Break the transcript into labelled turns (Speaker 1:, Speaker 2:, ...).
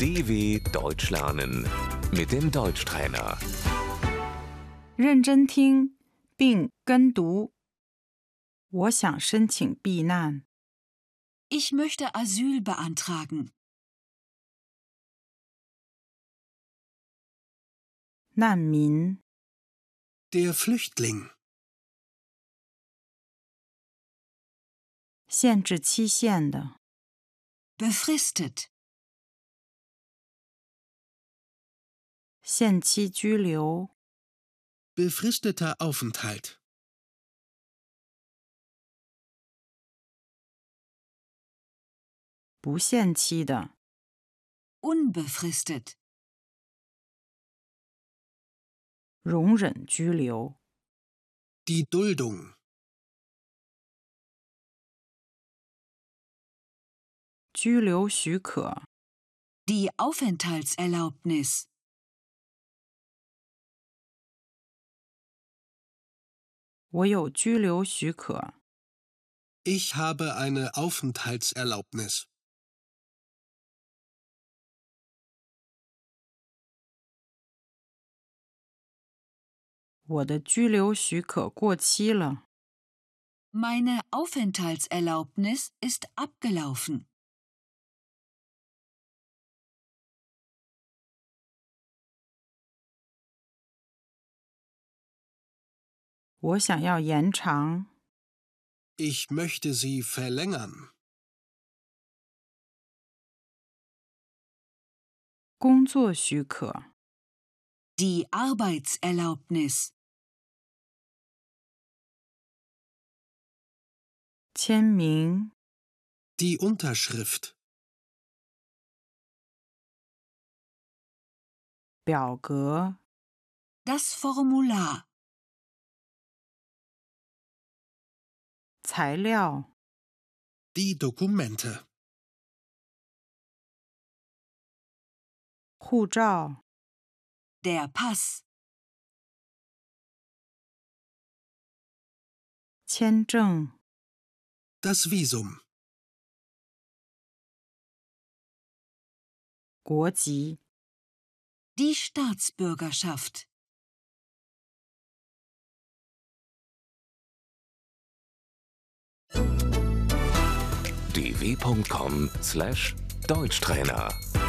Speaker 1: DW Deutsch lernen mit dem Deutschtrainer.
Speaker 2: 认真听并跟读。我想申请避难，
Speaker 3: Ich möchte Asyl beantragen.
Speaker 2: 难民、
Speaker 4: Der Flüchtling.
Speaker 2: 限制期限的、
Speaker 3: Befristet.
Speaker 2: 限期拘留、
Speaker 4: Befristeter Aufenthalt.
Speaker 2: 不限期的、
Speaker 3: Unbefristet.
Speaker 2: 容忍拘留、
Speaker 4: Die Duldung.
Speaker 2: 拘留许可、
Speaker 3: Die Aufenthaltserlaubnis.
Speaker 2: 我有拘留许可、
Speaker 4: Ich habe eine Aufenthaltserlaubnis.
Speaker 2: 我的拘留许可过期了，
Speaker 3: Meine Aufenthaltserlaubnis ist abgelaufen.
Speaker 2: 我想要延长。
Speaker 4: Ich möchte sie verlängern.
Speaker 2: 工作许可、
Speaker 3: Die Arbeitserlaubnis.
Speaker 2: 签名、
Speaker 4: Die Unterschrift.
Speaker 2: 表格、
Speaker 3: Das Formular.
Speaker 2: 材料、
Speaker 4: Die Dokumente.
Speaker 2: 护照、
Speaker 3: Der Pass.
Speaker 2: 签证、
Speaker 4: Das Visum.
Speaker 2: 国籍。
Speaker 3: Die Staatsbürgerschaft.
Speaker 1: dw.com/deutschtrainer